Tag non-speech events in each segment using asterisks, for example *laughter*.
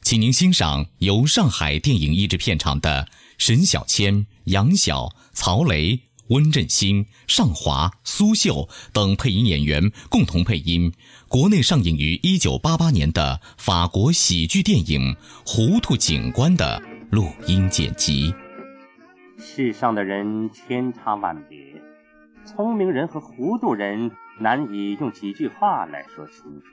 请您欣赏由上海电影译制片厂的沈小千、杨晓、曹雷、温振兴、尚华、苏秀等配音演员共同配音，国内上映于1988年的法国喜剧电影《糊涂警官》的录音剪辑。世上的人千差万别，聪明人和糊涂人难以用几句话来说清楚。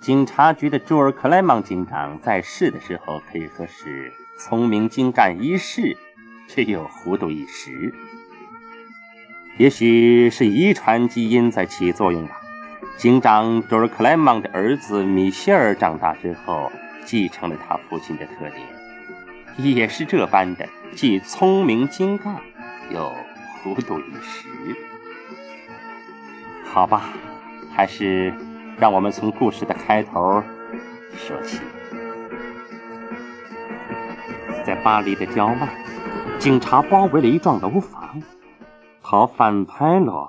警察局的朱尔·克莱芒警长在世的时候，可以说是聪明精干一世，却又糊涂一时。也许是遗传基因在起作用吧。警长朱尔·克莱芒的儿子米歇尔长大之后，继承了他父亲的特点。也是这般的，既聪明精干，又糊涂一时。好吧，还是让我们从故事的开头说起。在巴黎的郊外，警察包围了一幢楼房，逃犯拍罗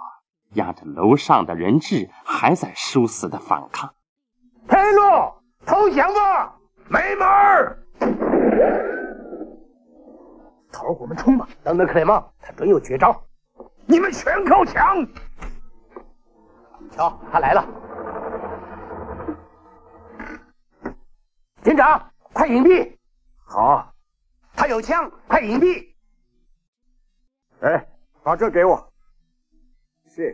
压着楼上的人质还在殊死的反抗。佩洛，投降吧！没门儿！头，我们冲吧！等等，克雷芒，他准有绝招！你们全靠抢！瞧，他来了！警长，快隐蔽！好，他有枪，快隐蔽！哎，把这给我。谢谢。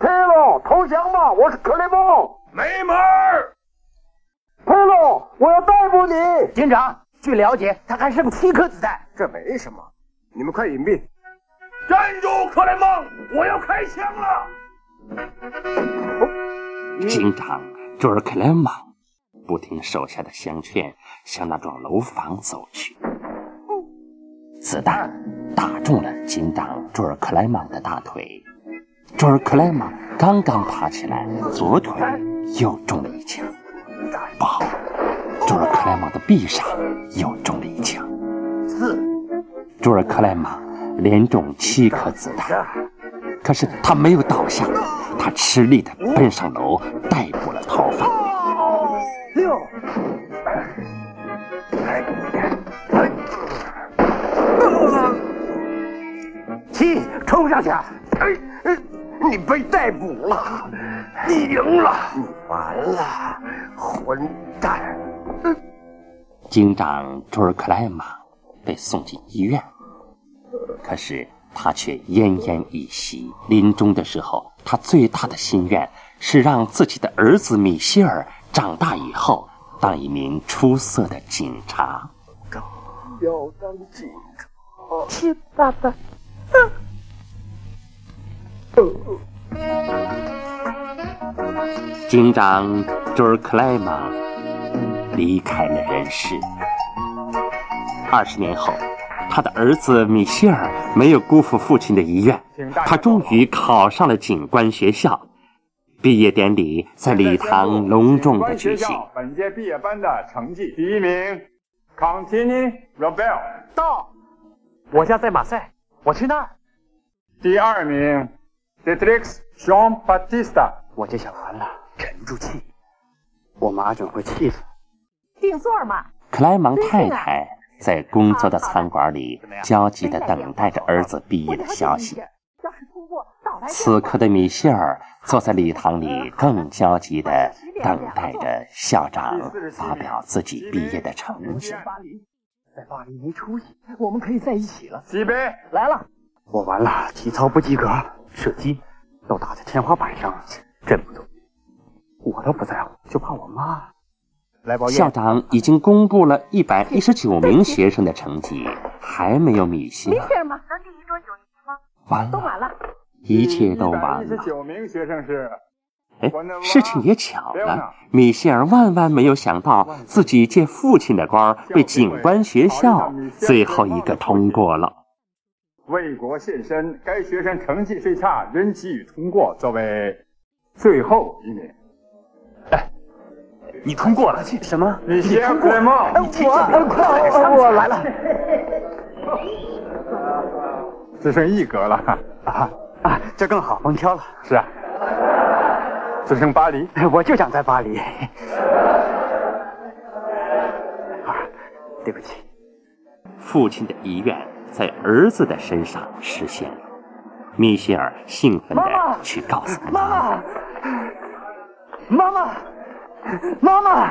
佩洛，投降吧！我是克雷芒。没门儿！佩洛，我要逮捕你！警长，据了解，他还剩七颗子弹。这没什么，你们快隐蔽！站住，克莱蒙，我要开枪了！警长朱尔克莱芒不听手下的相劝，向那幢楼房走去。子弹打中了警长朱尔克莱芒的大腿，朱尔克莱芒刚刚爬起来，左腿又中了一枪。不好，朱尔克莱芒的臂上又中了一枪。四朱尔克莱芒连中七颗子弹，可是他没有倒下，他吃力地奔上楼，逮捕了逃犯。六，七，冲上去！啊哎，你被逮捕了，你赢了，你完了，混蛋！警长朱尔克莱玛被送进医院，可是他却奄奄一息。临终的时候，他最大的心愿是让自己的儿子米歇尔长大以后当一名出色的警察。要当警察，警长朱尔克莱玛离开了人世。二十年后，他的儿子米歇尔没有辜负父亲的遗愿，他终于考上了警官学校。毕业典礼在礼堂隆重的举行。本届毕业班的成绩：第一名 c o n t i n i Rebel，到，我家在马赛，我去那儿。第二名 Detrix Jean Batista，我这下完了，沉住气，我妈准会气死。定座嘛。克莱芒太太在工作的餐馆里焦急地等待着儿子毕业的消息。要是通过，早来此刻的米歇尔坐在礼堂里，更焦急地等待着校长发表自己毕业的成绩。在巴黎没出息，我们可以在一起了。几杯？来了，我完了，体操不及格，射击都打在天花板上，真不对。我倒不在乎，就怕我妈。来包校长已经公布了一百一十九名学生的成绩，还没有米西没。事儿吗？能第一桌酒席吗？完都了，晚了，一切都完一了十。九名学生是哎，事情也巧别忘了了，米歇尔万万没有想到，自己借父亲的光被警官学校最后一个通过了。为国献身。该学生成绩最差，仍给予通过作为最后一名。你通过了什么？米歇尔·克莱哎蒙，我哎快，我我来了只剩一格了。啊啊！这更好，甭挑了。是啊，只剩巴黎。哎我就想在巴黎。 *laughs* 啊，对不起，父亲的遗愿在儿子的身上实现了。米歇尔兴奋地去告诉妈妈，妈妈，妈妈，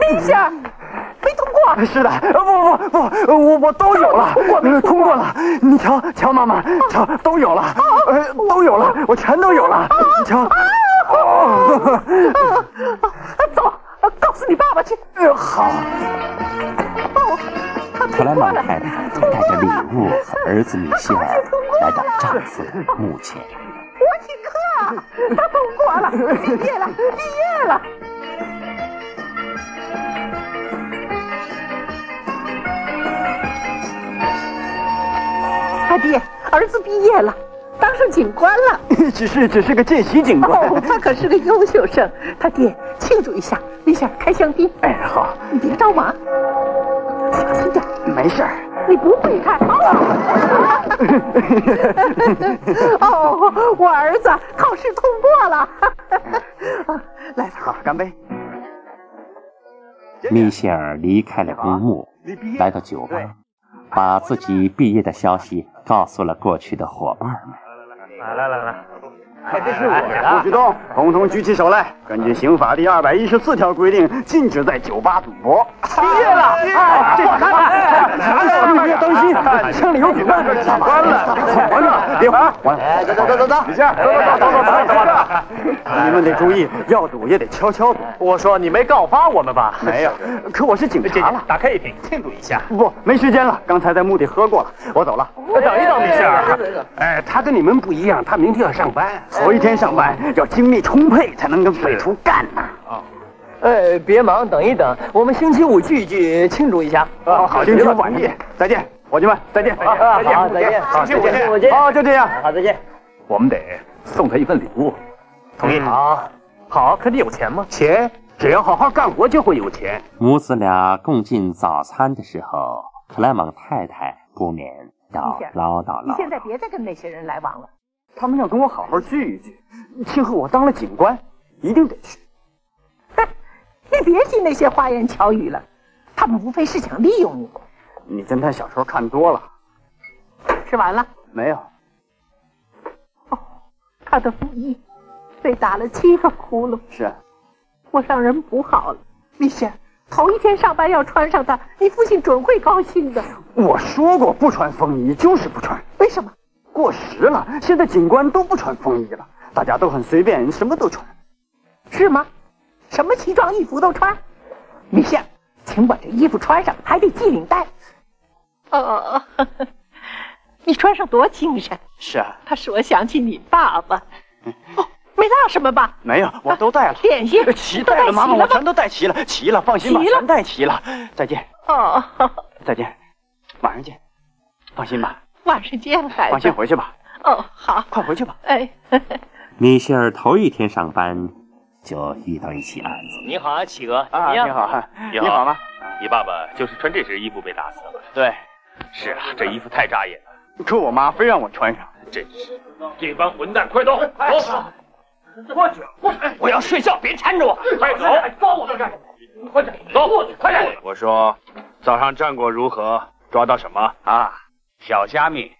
陛下，没通过。是的，呃不不不，我我都有了，我通过了。你瞧瞧，妈妈，瞧都有了，呃都有了，我全都有了。你瞧，哦，走，告诉你爸爸去。呃好，克莱蒙太太，带着礼物和儿子米歇尔来到丈夫的墓前。我请客，他通过了，毕业了，毕业了。他爹，儿子毕业了，当上警官了。 *laughs* 只是只是个见习警官。哦，他可是个优秀生。他爹，庆祝一下，没事儿，开香槟。哎好，你别着忙，小心点，没事儿。你不会看。哦， *laughs* 哦我儿子考试通过了。 *laughs* 哎来，好，干杯。米歇尔离开了公墓，来到酒吧，把自己毕业的消息告诉了过去的伙伴们。哎，这是我的。不许动，统统举起手来。根据刑法第二百一十四条规定，禁止在酒吧赌博。毕业了，哎，这看看，哎，你别担心，枪里有子弹，打关了，完了，别慌，完了，哎，走走走走走，走走走走走，你们得注意，要赌也得悄悄赌。我说你没告发我们吧？没有，可我是警察了。打开一瓶庆祝一下。不，没时间了，刚才在墓地喝过了，我走了。等一等，米歇尔。哎，他跟你们不一样，他明天要上班，头一天上班要精力充沛，才能跟匪徒干哎呐。呃，别忙，等一等，我们星期五聚一聚，庆祝一下。哦，好，星期五晚一点再见，伙计们，再见，再好，再见，好，星期再见五见。好，就这样。好，再见。我们得送他一份礼物，同意？好，嗯好，可得有钱吗？钱，只要好好干活就会有钱。母子俩共进早餐的时候，克莱蒙太太不免要唠叨你唠现在别再跟那些人来往了。他们要跟我好好聚一聚，庆贺我当了警官，一定得去。你别信那些花言巧语了，他们无非是想利用你。你侦探小说看多了吃完了，没有？哦他的服役被打了七个窟窿，是啊，我让人补好了。丽仙，头一天上班要穿上它，你父亲准会高兴的。我说过不穿风衣，就是不穿。为什么？过时了，现在警官都不穿风衣了，大家都很随便，什么都穿。是吗？什么奇装异服都穿？丽仙，请把这衣服穿上，还得系领带。哦，你穿上多精神！是啊，他使我想起你爸爸。哦，没落什么吧？没有，我都带了。点心齐都带带了，妈妈，齐了我全都带齐了，齐了，放心吧，齐了全带齐了。再见，哦，再见，晚上见。放心吧，晚上见，孩放子心。回去吧，哦，好，快回去吧。哎，米歇尔头一天上班就遇到一起案子，你好啊，企鹅，啊，怎么样你好，啊你你好好吗？你爸爸就是穿这身衣服被打死的吧？对，是啊，这衣服太扎眼了，可我妈非让我穿上。真是。这帮混蛋，快走，走！过去，过去！我要睡觉，别缠着我，快走！抓我们干什么？快点，走，过去，快点！我说，早上战果如何？抓到什么？啊，小虾米，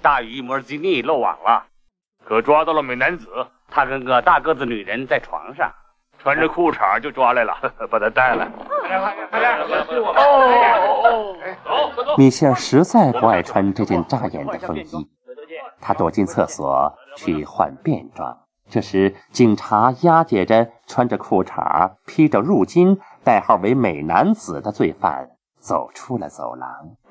大鱼摩基尼漏网了，可抓到了美男子，他跟个大个子女人在床上。穿着裤衩就抓来了，把他带来。哦哦哦！米歇尔实在不爱穿这件扎眼的风衣，他躲进厕所去换便装。这时，警察押解着穿着裤衩、披着褥巾、代号为“美男子”的罪犯走出了走廊。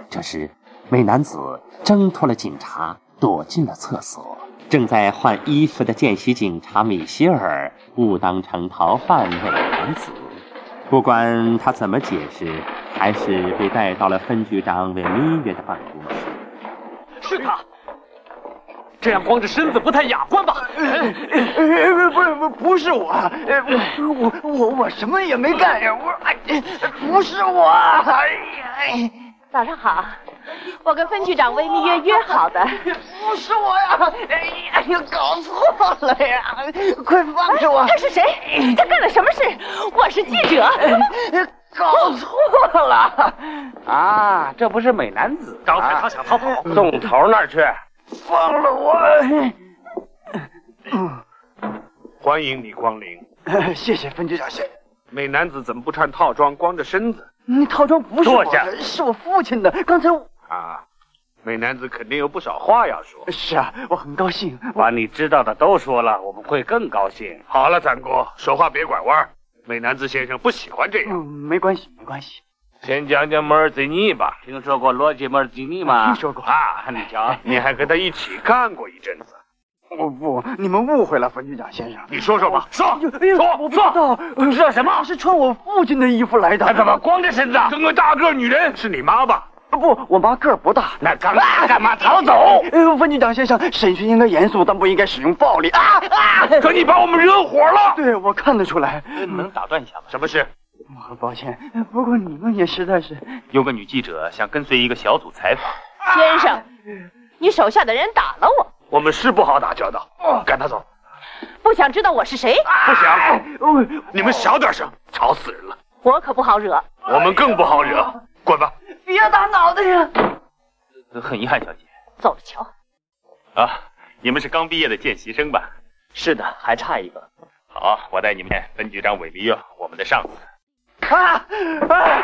这时，美男子挣脱了警察，躲进了厕所。正在换衣服的见习警察米歇尔误当成逃犯美男子，不管他怎么解释，还是被带到了分局长韦米约的办公室。是他。这样光着身子不太雅观吧？呃不不不是我，呃我我我我什么也没干呀！我哎，不是我。哎呀，早上好，我跟分局长威密约约好的。不是我呀！哎呀，搞错了呀！快放着我！哎他是谁？他干了什么事？我是记者。呃搞错了。啊，这不是美男子？刚才他想逃跑，送头那儿去。放了我！欢迎你光临，呃谢谢分局长。谢。美男子怎么不穿套装，光着身子？你套装不是我的，是我父亲的。刚才啊，美男子肯定有不少话要说。是啊，我很高兴。把你知道的都说了，我们会更高兴。好了，咱国，说话别拐弯。美男子先生不喜欢这样。嗯，没关系，没关系。先讲讲摩尔吉尼吧，听说过罗杰·摩尔吉尼吗？听说过啊，你瞧，你还跟他一起干过一阵子。我不，你们误会了，分局长先生。你说说吧，说哎说，哎我不知道，说什么？是穿我父亲的衣服来的。哎他怎么光着啊身子？跟个大个女人是你妈吧？不，我妈个儿不大。啊那干嘛干嘛逃走？呃，分局长先生，审讯应该严肃，但不应该使用暴力。啊啊！可你把我们惹火了。对，我看得出来。嗯能打断一下吗？什么事？我很抱歉，不过你们也实在是……有个女记者想跟随一个小组采访。先生，你手下的人打了我。我们是不好打交道，赶他走。不想知道我是谁？不想。你们小点声，吵死人了。我可不好惹。我们更不好惹，滚吧！ *laughs* 别打脑袋呀！呃很遗憾，小姐。走了，瞧。啊，你们是刚毕业的见习生吧？是的，还差一个。好，我带你们见分局长韦明月，我们的上司。啊啊啊！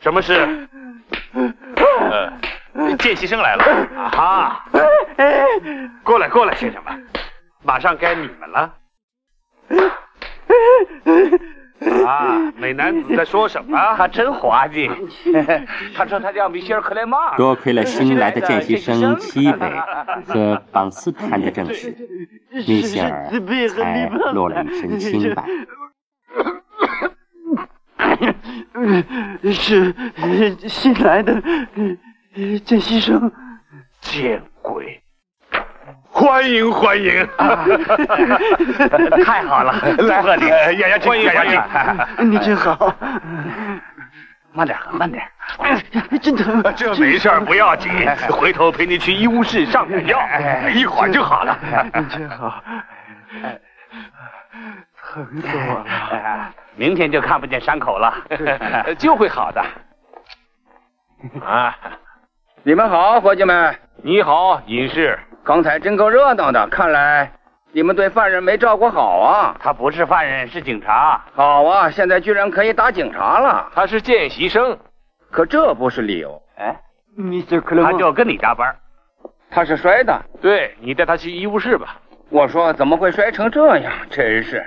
什么事？啊呃，见习生来了。啊哈！过来，过来，先生们，马上该你们了。啊，美男子在说什么？他真滑稽。 *laughs* 他说他叫米歇尔·克莱曼。多亏了新来的见习生西北和邦斯坦的证实，米歇尔才落了一身清白。是新来的见习生，见鬼！欢迎欢迎，啊、太好 *laughs* 了，来贺你，雅雅欢迎欢迎，你真好。 *laughs* 慢点，慢点，真疼。这没事不要紧，回头陪你去医务室上点药，一会儿就好了。你真好，疼死我 *laughs* 了。哎明天就看不见伤口了，就会好的。啊，你们好，伙计们。你好，隐士。刚才真够热闹的，看来你们对犯人没照顾好啊。他不是犯人，是警察。好啊，现在居然可以打警察了。他是见习生，可这不是理由。哎，你这克他就跟你搭班。他是摔的。对你带他去医务室吧。我说怎么会摔成这样？真是。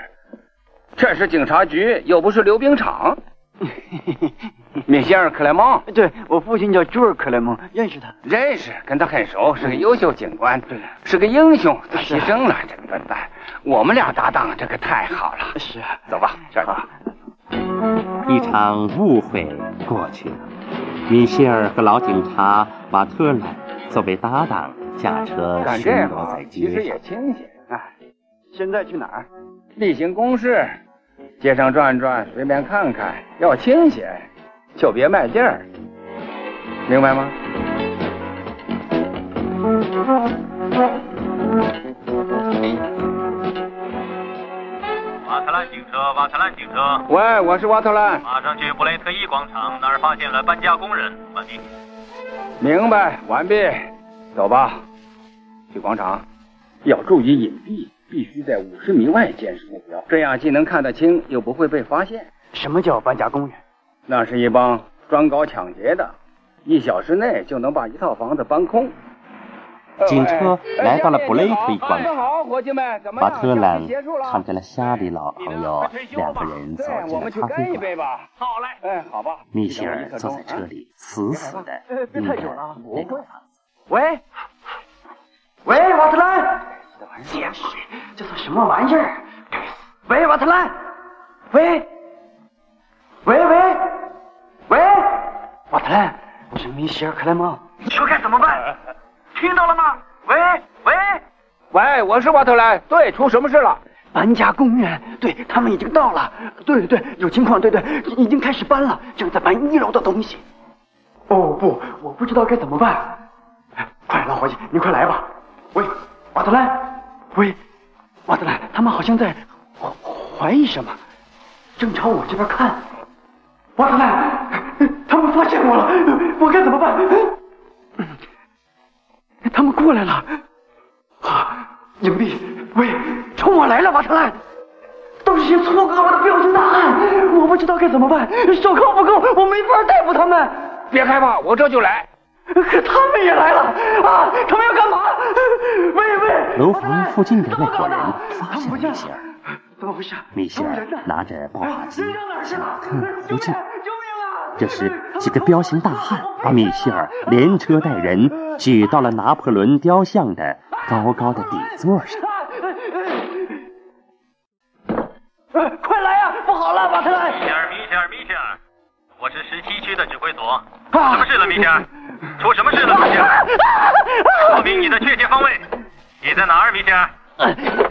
这是警察局，又不是溜冰场。 *laughs* 米歇尔·克莱蒙，对我父亲叫朱尔·克莱蒙，认识他，认识，跟他很熟，是个优秀警官，对，是个英雄，他牺牲啊了，这个笨蛋。我们俩搭档，这可太好了。是，啊走吧，帅哥。一场误会过去了，米歇尔和老警察瓦特兰作为搭档驾车巡逻在街其上，实也清闲。哎，现在去哪儿？例行公事，街上转转，随便看看，要清闲，就别卖劲儿，明白吗？瓦特兰警车，瓦特兰警车。喂，我是瓦特兰。马上去布雷特伊广场，那儿发现了搬家工人，完毕。明白，完毕。走吧，去广场，要注意隐蔽。必须在五十米外监视目标，这样既能看得清，又不会被发现。什么叫搬家工人？那是一帮专搞抢劫的，一小时内就能把一套房子搬空。警车来到了布雷推广场，好，伙计们，怎么把特兰啊看见了家里老朋友，两个人走进了咖啡馆。吧。好嘞，哎，好吧。米歇尔坐在车里，死死的盯着那个房子。喂，喂，瓦特兰，这玩意儿，这算什么玩意儿？喂，瓦特兰，喂，喂喂喂，瓦特兰，我是米歇尔·克莱蒙，你说该怎么办？听到了吗？喂喂喂，我是瓦特兰，对，出什么事了？搬家工人，对他们已经到了，对对，有情况，对对，已已经开始搬了，正在搬一楼的东西。哦不，我不知道该怎么办。哎快老伙计，您快来吧。喂，瓦特兰，喂，瓦特兰，他们好像在怀怀疑什么，正朝我这边看。瓦特兰，他们发现我了，我该怎么办？他们过来了！啊，隐蔽！喂，冲我来了，瓦特兰！都是些粗胳膊的彪形大汉，我不知道该怎么办，手铐不够，我没法逮捕他们。别害怕，我这就来。可他们也来了啊！他们要干嘛？喂喂！楼房附近的那伙人发现米歇尔，怎么回事？米歇尔拿着爆哎发机人到哪儿去想了？看救究啊命！救竟。命啊！嗯这时，几个彪形大汉把米歇尔连车带人举到了拿破仑雕像的高高的底座哎上。呃快来啊！不好了，瓦特兰！米歇尔，米歇尔，米歇尔，我是十七区的指挥所。啊什么事了，米歇尔？出什么事了， *laughs* 米歇尔？啊说明你的确切方位。你在哪儿，米歇尔？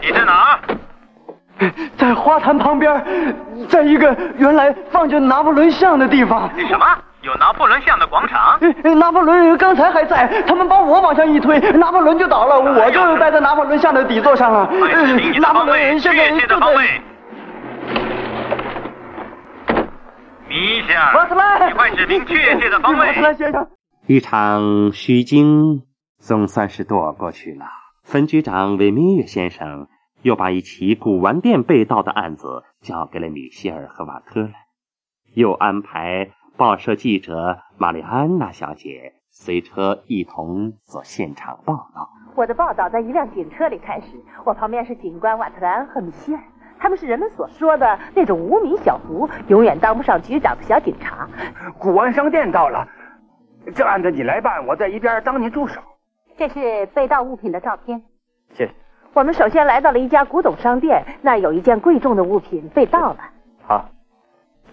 你在哪儿？在花坛旁边，在一个原来放着拿破仑像的地方。什么？有拿破仑像的广场？呃拿破仑刚才还在，他们把我往上一推，拿破仑就倒了，哎我就待在拿破仑像的底座上了。快哎指明呃你的拿破方位，仑现在确切的就方在位。米歇尔，瓦特兰你快指明确切的方瓦位特。兰先生，一场虚惊总算是躲过去了。分局长韦明月先生又把一起古玩店被盗的案子交给了米歇尔和瓦特兰，又安排报社记者玛丽安娜小姐随车一同做现场报道。我的报道在一辆警车里开始，我旁边是警官瓦特兰和米歇尔，他们是人们所说的那种无名小卒，永远当不上局长的小警察。古玩商店到了，这案子你来办，我在一边当您助手。这是被盗物品的照片。谢谢。我们首先来到了一家古董商店，那儿有一件贵重的物品被盗了。好，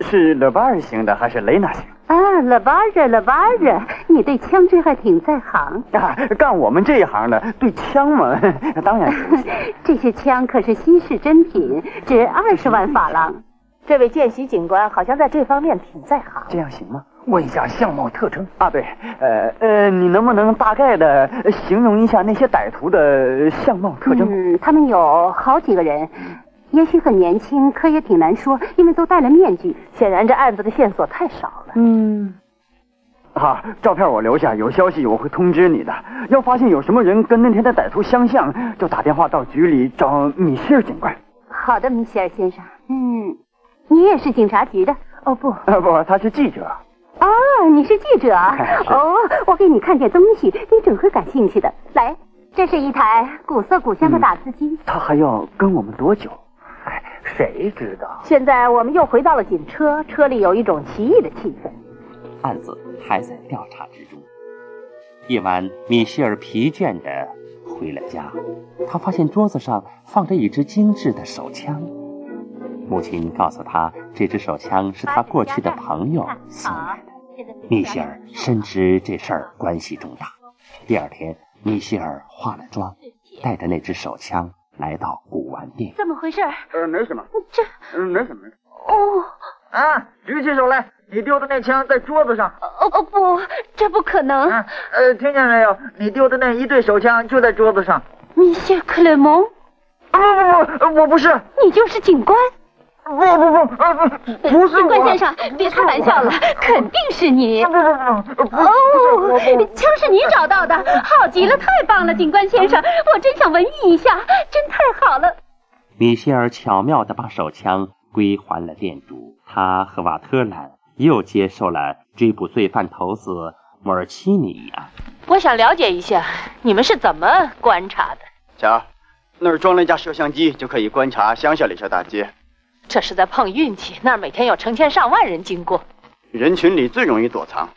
是勒巴尔型的还是雷纳型？啊，拉巴热，拉巴热，嗯你对枪支还挺在行。啊，干我们这一行的，对枪嘛，当然熟悉。这些枪可是稀世珍品，值二十万法郎。这位见习警官好像在这方面挺在行。这样行吗？问一下相貌特征啊，对，呃呃，你能不能大概的形容一下那些歹徒的相貌特征？嗯，他们有好几个人，也许很年轻，可也挺难说，因为都戴了面具。显然这案子的线索太少了。嗯，好、照片我留下，有消息我会通知你的。要发现有什么人跟那天的歹徒相像，就打电话到局里找米歇尔警官。好的，米歇尔先生，嗯，你也是警察局的？哦不，啊不，他是记者。哦，你是 *laughs* 记者啊是哦，我给你看件东西，你准会感兴趣的。来，这是一台古色古香的打字机。嗯他还要跟我们多久？哎，谁知道？现在我们又回到了警车，车里有一种奇异的气氛。案子还在调查之中。夜晚，米歇尔疲倦地回了家，他发现桌子上放着一支精致的手枪。母亲告诉他，这支手枪是他过去的朋友送来的。米歇尔深知这事儿关系重大。第二天，米歇尔化了妆，带着那支手枪来到古玩店。怎么回事？哦呃，没什么，这，嗯，没什么。哦。啊，举起手来！你丢的那枪在桌子上。哦哦不，这不可能！呃，听见没有？你丢的那一对手枪就在桌子上。米歇尔·克雷蒙，不不不，我不是。你就是警官？不不不，呃不，不是我。警官先生，别开玩笑了，肯定是你。不不不，哦， *laughs* 枪是你找到的，好极了，太棒了，警官先生，我真想文艺一下，真太好了。米歇尔巧妙地把手枪归还了店主，他和瓦特兰又接受了追捕罪犯头子莫尔奇尼啊一案。我想了解一下，你们是怎么观察的？瞧，那儿装了一架摄像机，就可以观察乡下里这大街。这是在碰运气，那儿每天有成千上万人经过，人群里最容易躲藏，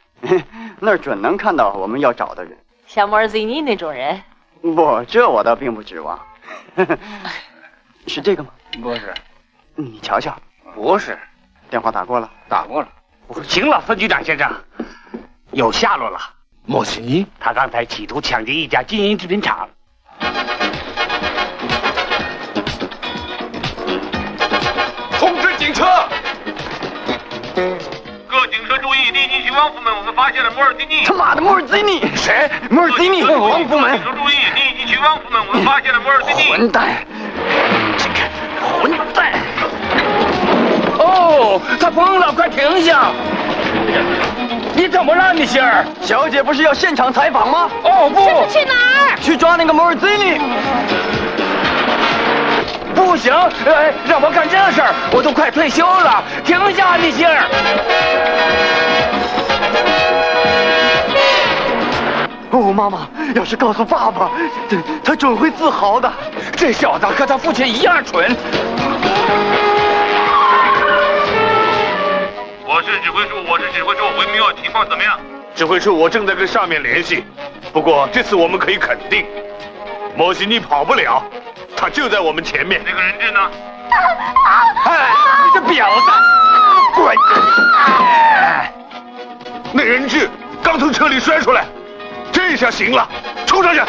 那儿准能看到我们要找的人。像莫尔兹尼那种人，不，这我倒并不指望。是这个吗？嗯不是，你瞧瞧，不是。电话打过了，打过了。行了，分局长先生，有下落了。莫斯尼，他刚才企图抢劫一家金银制品厂。通知警车！各警车注意，第一区王府门，我们发现了摩尔基尼。他妈的，莫尔基尼！谁？莫尔基尼！王府门！警车注意，第一区王府门，我们发现了摩尔基尼。混蛋！这个混蛋！哦，他疯了，快停下！你怎么了，米歇尔？小姐不是要现场采访吗？哦不，这是去哪儿？去抓那个摩尔兹尼。不行，哎，让我干这事儿，我都快退休了。停下，米歇尔！哦，妈妈，要是告诉爸爸，他他准会自豪的。这小子和他父亲一样蠢。我是指挥处，我是指挥处，维密奥情况怎么样？指挥处，我正在跟上面联系，不过这次我们可以肯定，莫西尼跑不了，他就在我们前面。那个人质呢？哎，你这婊子，滚！那人质刚从车里摔出来，这下行了，冲上去！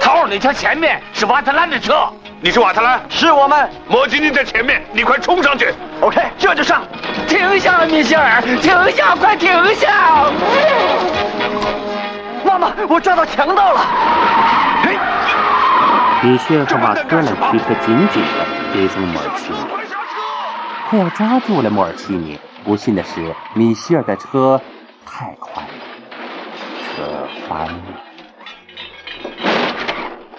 头，你瞧前面是瓦特兰的车。你是瓦特兰，是我们。摩吉尼在前面，你快冲上去。 OK，这就上。停啊下，米歇尔，停下，快停下！妈妈，我抓到强盗了。米歇尔和瓦特兰时刻紧紧的追踪莫尔奇尼，快要抓住了莫尔奇尼。不幸的是，米歇尔的车太快了，车翻了。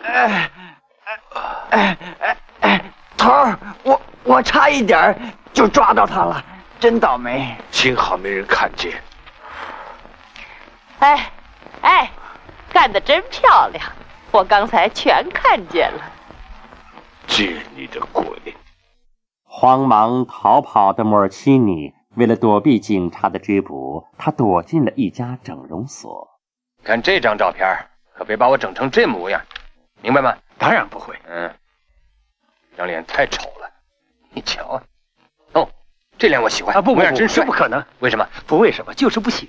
哎。哎哎哎，头儿，我我差一点就抓到他了，真倒霉。幸好没人看见。哎哎，干得真漂亮！我刚才全看见了。借你的鬼！慌忙逃跑的莫尔奇尼，为了躲避警察的追捕，他躲进了一家整容所。看这张照片，可别把我整成这模样，明白吗？当然不会。嗯。张脸太丑了，你瞧，哦，这脸我喜欢啊！不不不，真帅，不可能！为什么？不为什么，就是不行。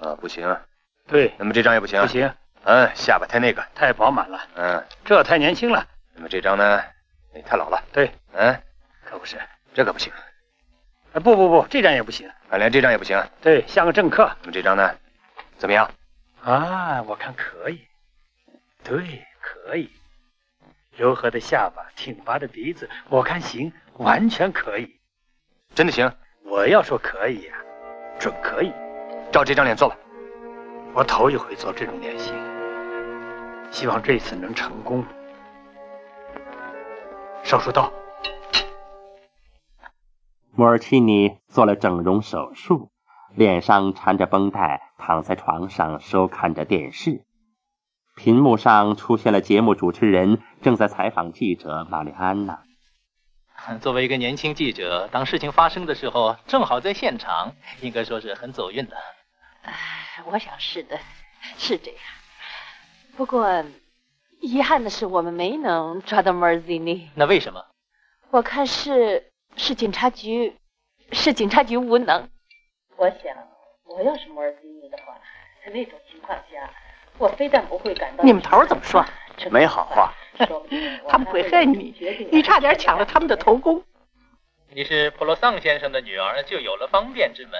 啊，不行啊！对，那么这张也不行、啊，不行。嗯，下巴太那个，太饱满了。嗯，这太年轻了。那么这张呢？哎，太老了。对，嗯，可不是，这可不行。啊，不不不，这张也不行。啊，连这张也不行。对，像个政客。那么这张呢？怎么样？啊，我看可以。对，可以。柔和的下巴，挺拔的鼻子，我看行，完全可以，真的行。我要说可以呀、啊，准可以。照这张脸做吧。我头一回做这种脸型，希望这次能成功。手术刀。莫尔奇尼做了整容手术，脸上缠着绷带，躺在床上收看着电视。屏幕上出现了节目主持人正在采访记者玛丽安娜。作为一个年轻记者，当事情发生的时候，啊正好在现场，应该说是很走运的。我想是的，是这样。不过，遗憾的是，我们没能抓到莫尔兹尼。那为什么？我看是是警察局，是警察局无能。我想，我要是莫尔兹尼的话，在那种情况下。我非但不会感到，你们头怎么说？没好话，他们会恨你，你差点抢了他们的头功。你是普罗桑先生的女儿，就有了方便之门。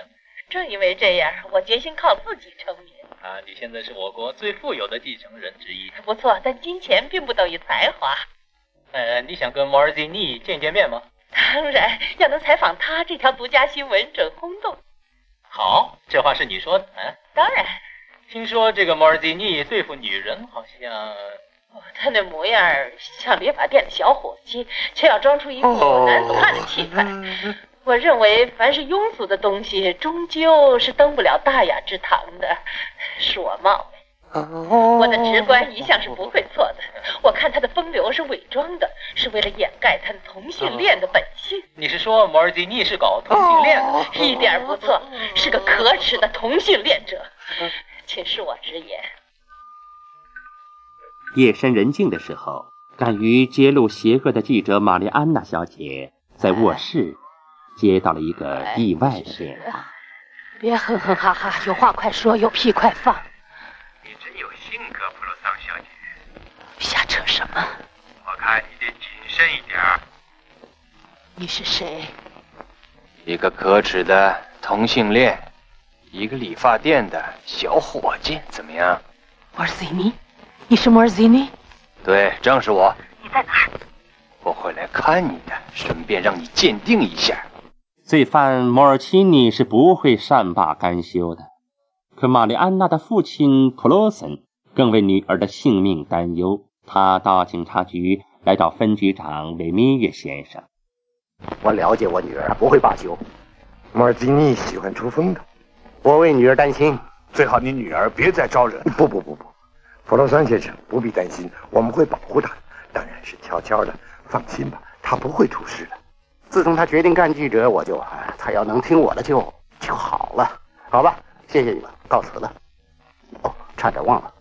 正因为这样，我决心靠自己成名。啊，你现在是我国最富有的继承人之一。不错，但金钱并不等于才华。呃，你想跟摩尔基尼见见面吗？当然，要能采访他，这条独家新闻准轰动。好，这话是你说的。啊、当然。听说这个莫尔基尼对付女人好像他那模样儿像理发店的小伙计，却要装出一副男子汉的气派。我认为，凡是庸俗的东西，终究是登不了大雅之堂的，恕我冒昧。我的直观一向是不会错的，我看他的风流是伪装的，是为了掩盖他的同性恋的本性。你是说摩尔基你是搞同性恋哦的？一点儿不错，是个可耻的同性恋者，请恕我直言。夜深人静的时候，敢于揭露邪恶的记者玛丽安娜小姐在卧室接到了一个意外的电话。别哼哼哈哈，有话快说，有屁快放。你真有性格，普罗桑小姐。瞎扯什么？我看你得谨慎一点儿。你是谁？一个可耻的同性恋，一个理发店的小伙计，怎么样？莫尔西尼，你是莫尔西尼？对，正是我，你在哪儿？我会来看你的，顺便让你鉴定一下。罪犯摩尔奇尼是不会善罢甘休的，可玛丽安娜的父亲普罗森更为女儿的性命担忧。他到警察局来找分局长韦明月先生。我了解我女儿不会罢休。莫尔基尼喜欢出风头，我为女儿担心。最好你女儿别再招惹。不不不不，普罗桑先生不必担心，我们会保护她，当然是悄悄的。放心吧，她不会出事的。自从她决定干记者，我就啊她要能听我的就就好了。好吧，谢谢你们，告辞了。哦，差点忘了，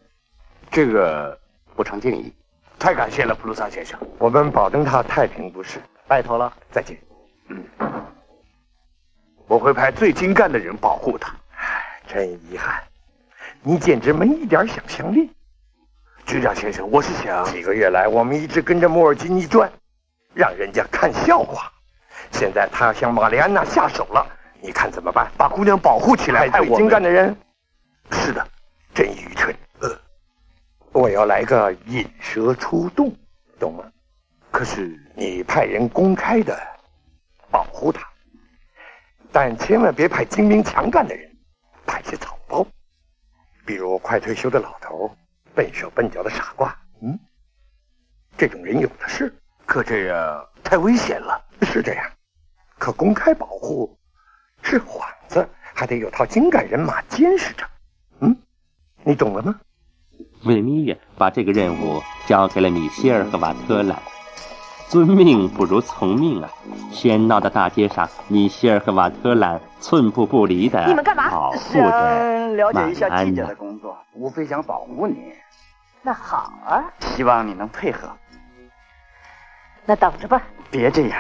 这个不成敬意，太感谢了，普鲁萨先生。我们保证她太平无事。拜托了，再见。嗯，我会派最精干的人保护她。真遗憾，你简直没一点想象力。局长先生，我是想几个月来，我们一直跟着莫尔基尼转，让人家看笑话。现在他向玛丽安娜下手了，你看怎么办？把姑娘保护起来，派最精干的人。是的，真愚蠢。呃，我要来个引蛇出洞，懂吗？可是你派人公开的保护他，但千万别派精明强干的人，派些草包，比如快退休的老头。笨手笨脚的傻瓜，嗯，这种人有的是，呃可这样太危险了。是这样，可公开保护是幌子，还得有套精干人马监视着。嗯，你懂了吗？维米耶把这个任务交给了米歇尔和瓦特兰。遵命不如从命啊！喧闹的大街上，米歇尔和瓦特兰寸步不离的你们干嘛？保护着啊了解一下记者的工作，无非想保护你。那好啊，希望你能配合。那等着吧。别这样。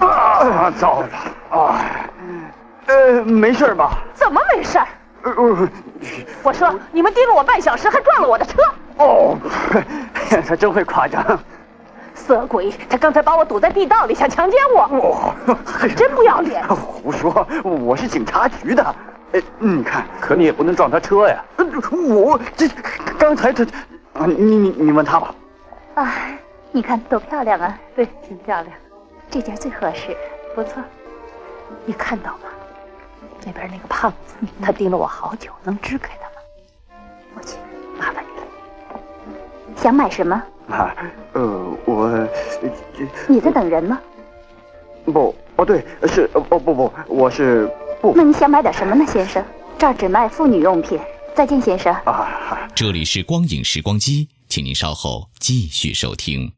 啊，糟了啊！哎呃，没事吧？怎么没事？呃、我说你们盯了我半小时，还撞了我的车。哦， *laughs* 他真会夸张。色鬼，他刚才把我堵在地道里，想强奸我。哦、哎，真不要脸！胡说，我是警察局的。哎，你看，呃可你也不能撞他车呀。我这刚才他，啊，你你你问他吧。啊，你看多漂亮啊！对，挺漂亮。这件最合适，不错。你看到吗？那边那个胖子，他盯了我好久，能支开他吗？我去，麻烦你了。想买什么？啊，呃，我……呃你在等人吗？不，哦，对，是，哦不不，我是不。那你想买点什么呢，先生？这儿只卖妇女用品。再见，先生。啊，这里是光影时光机，请您稍后继续收听。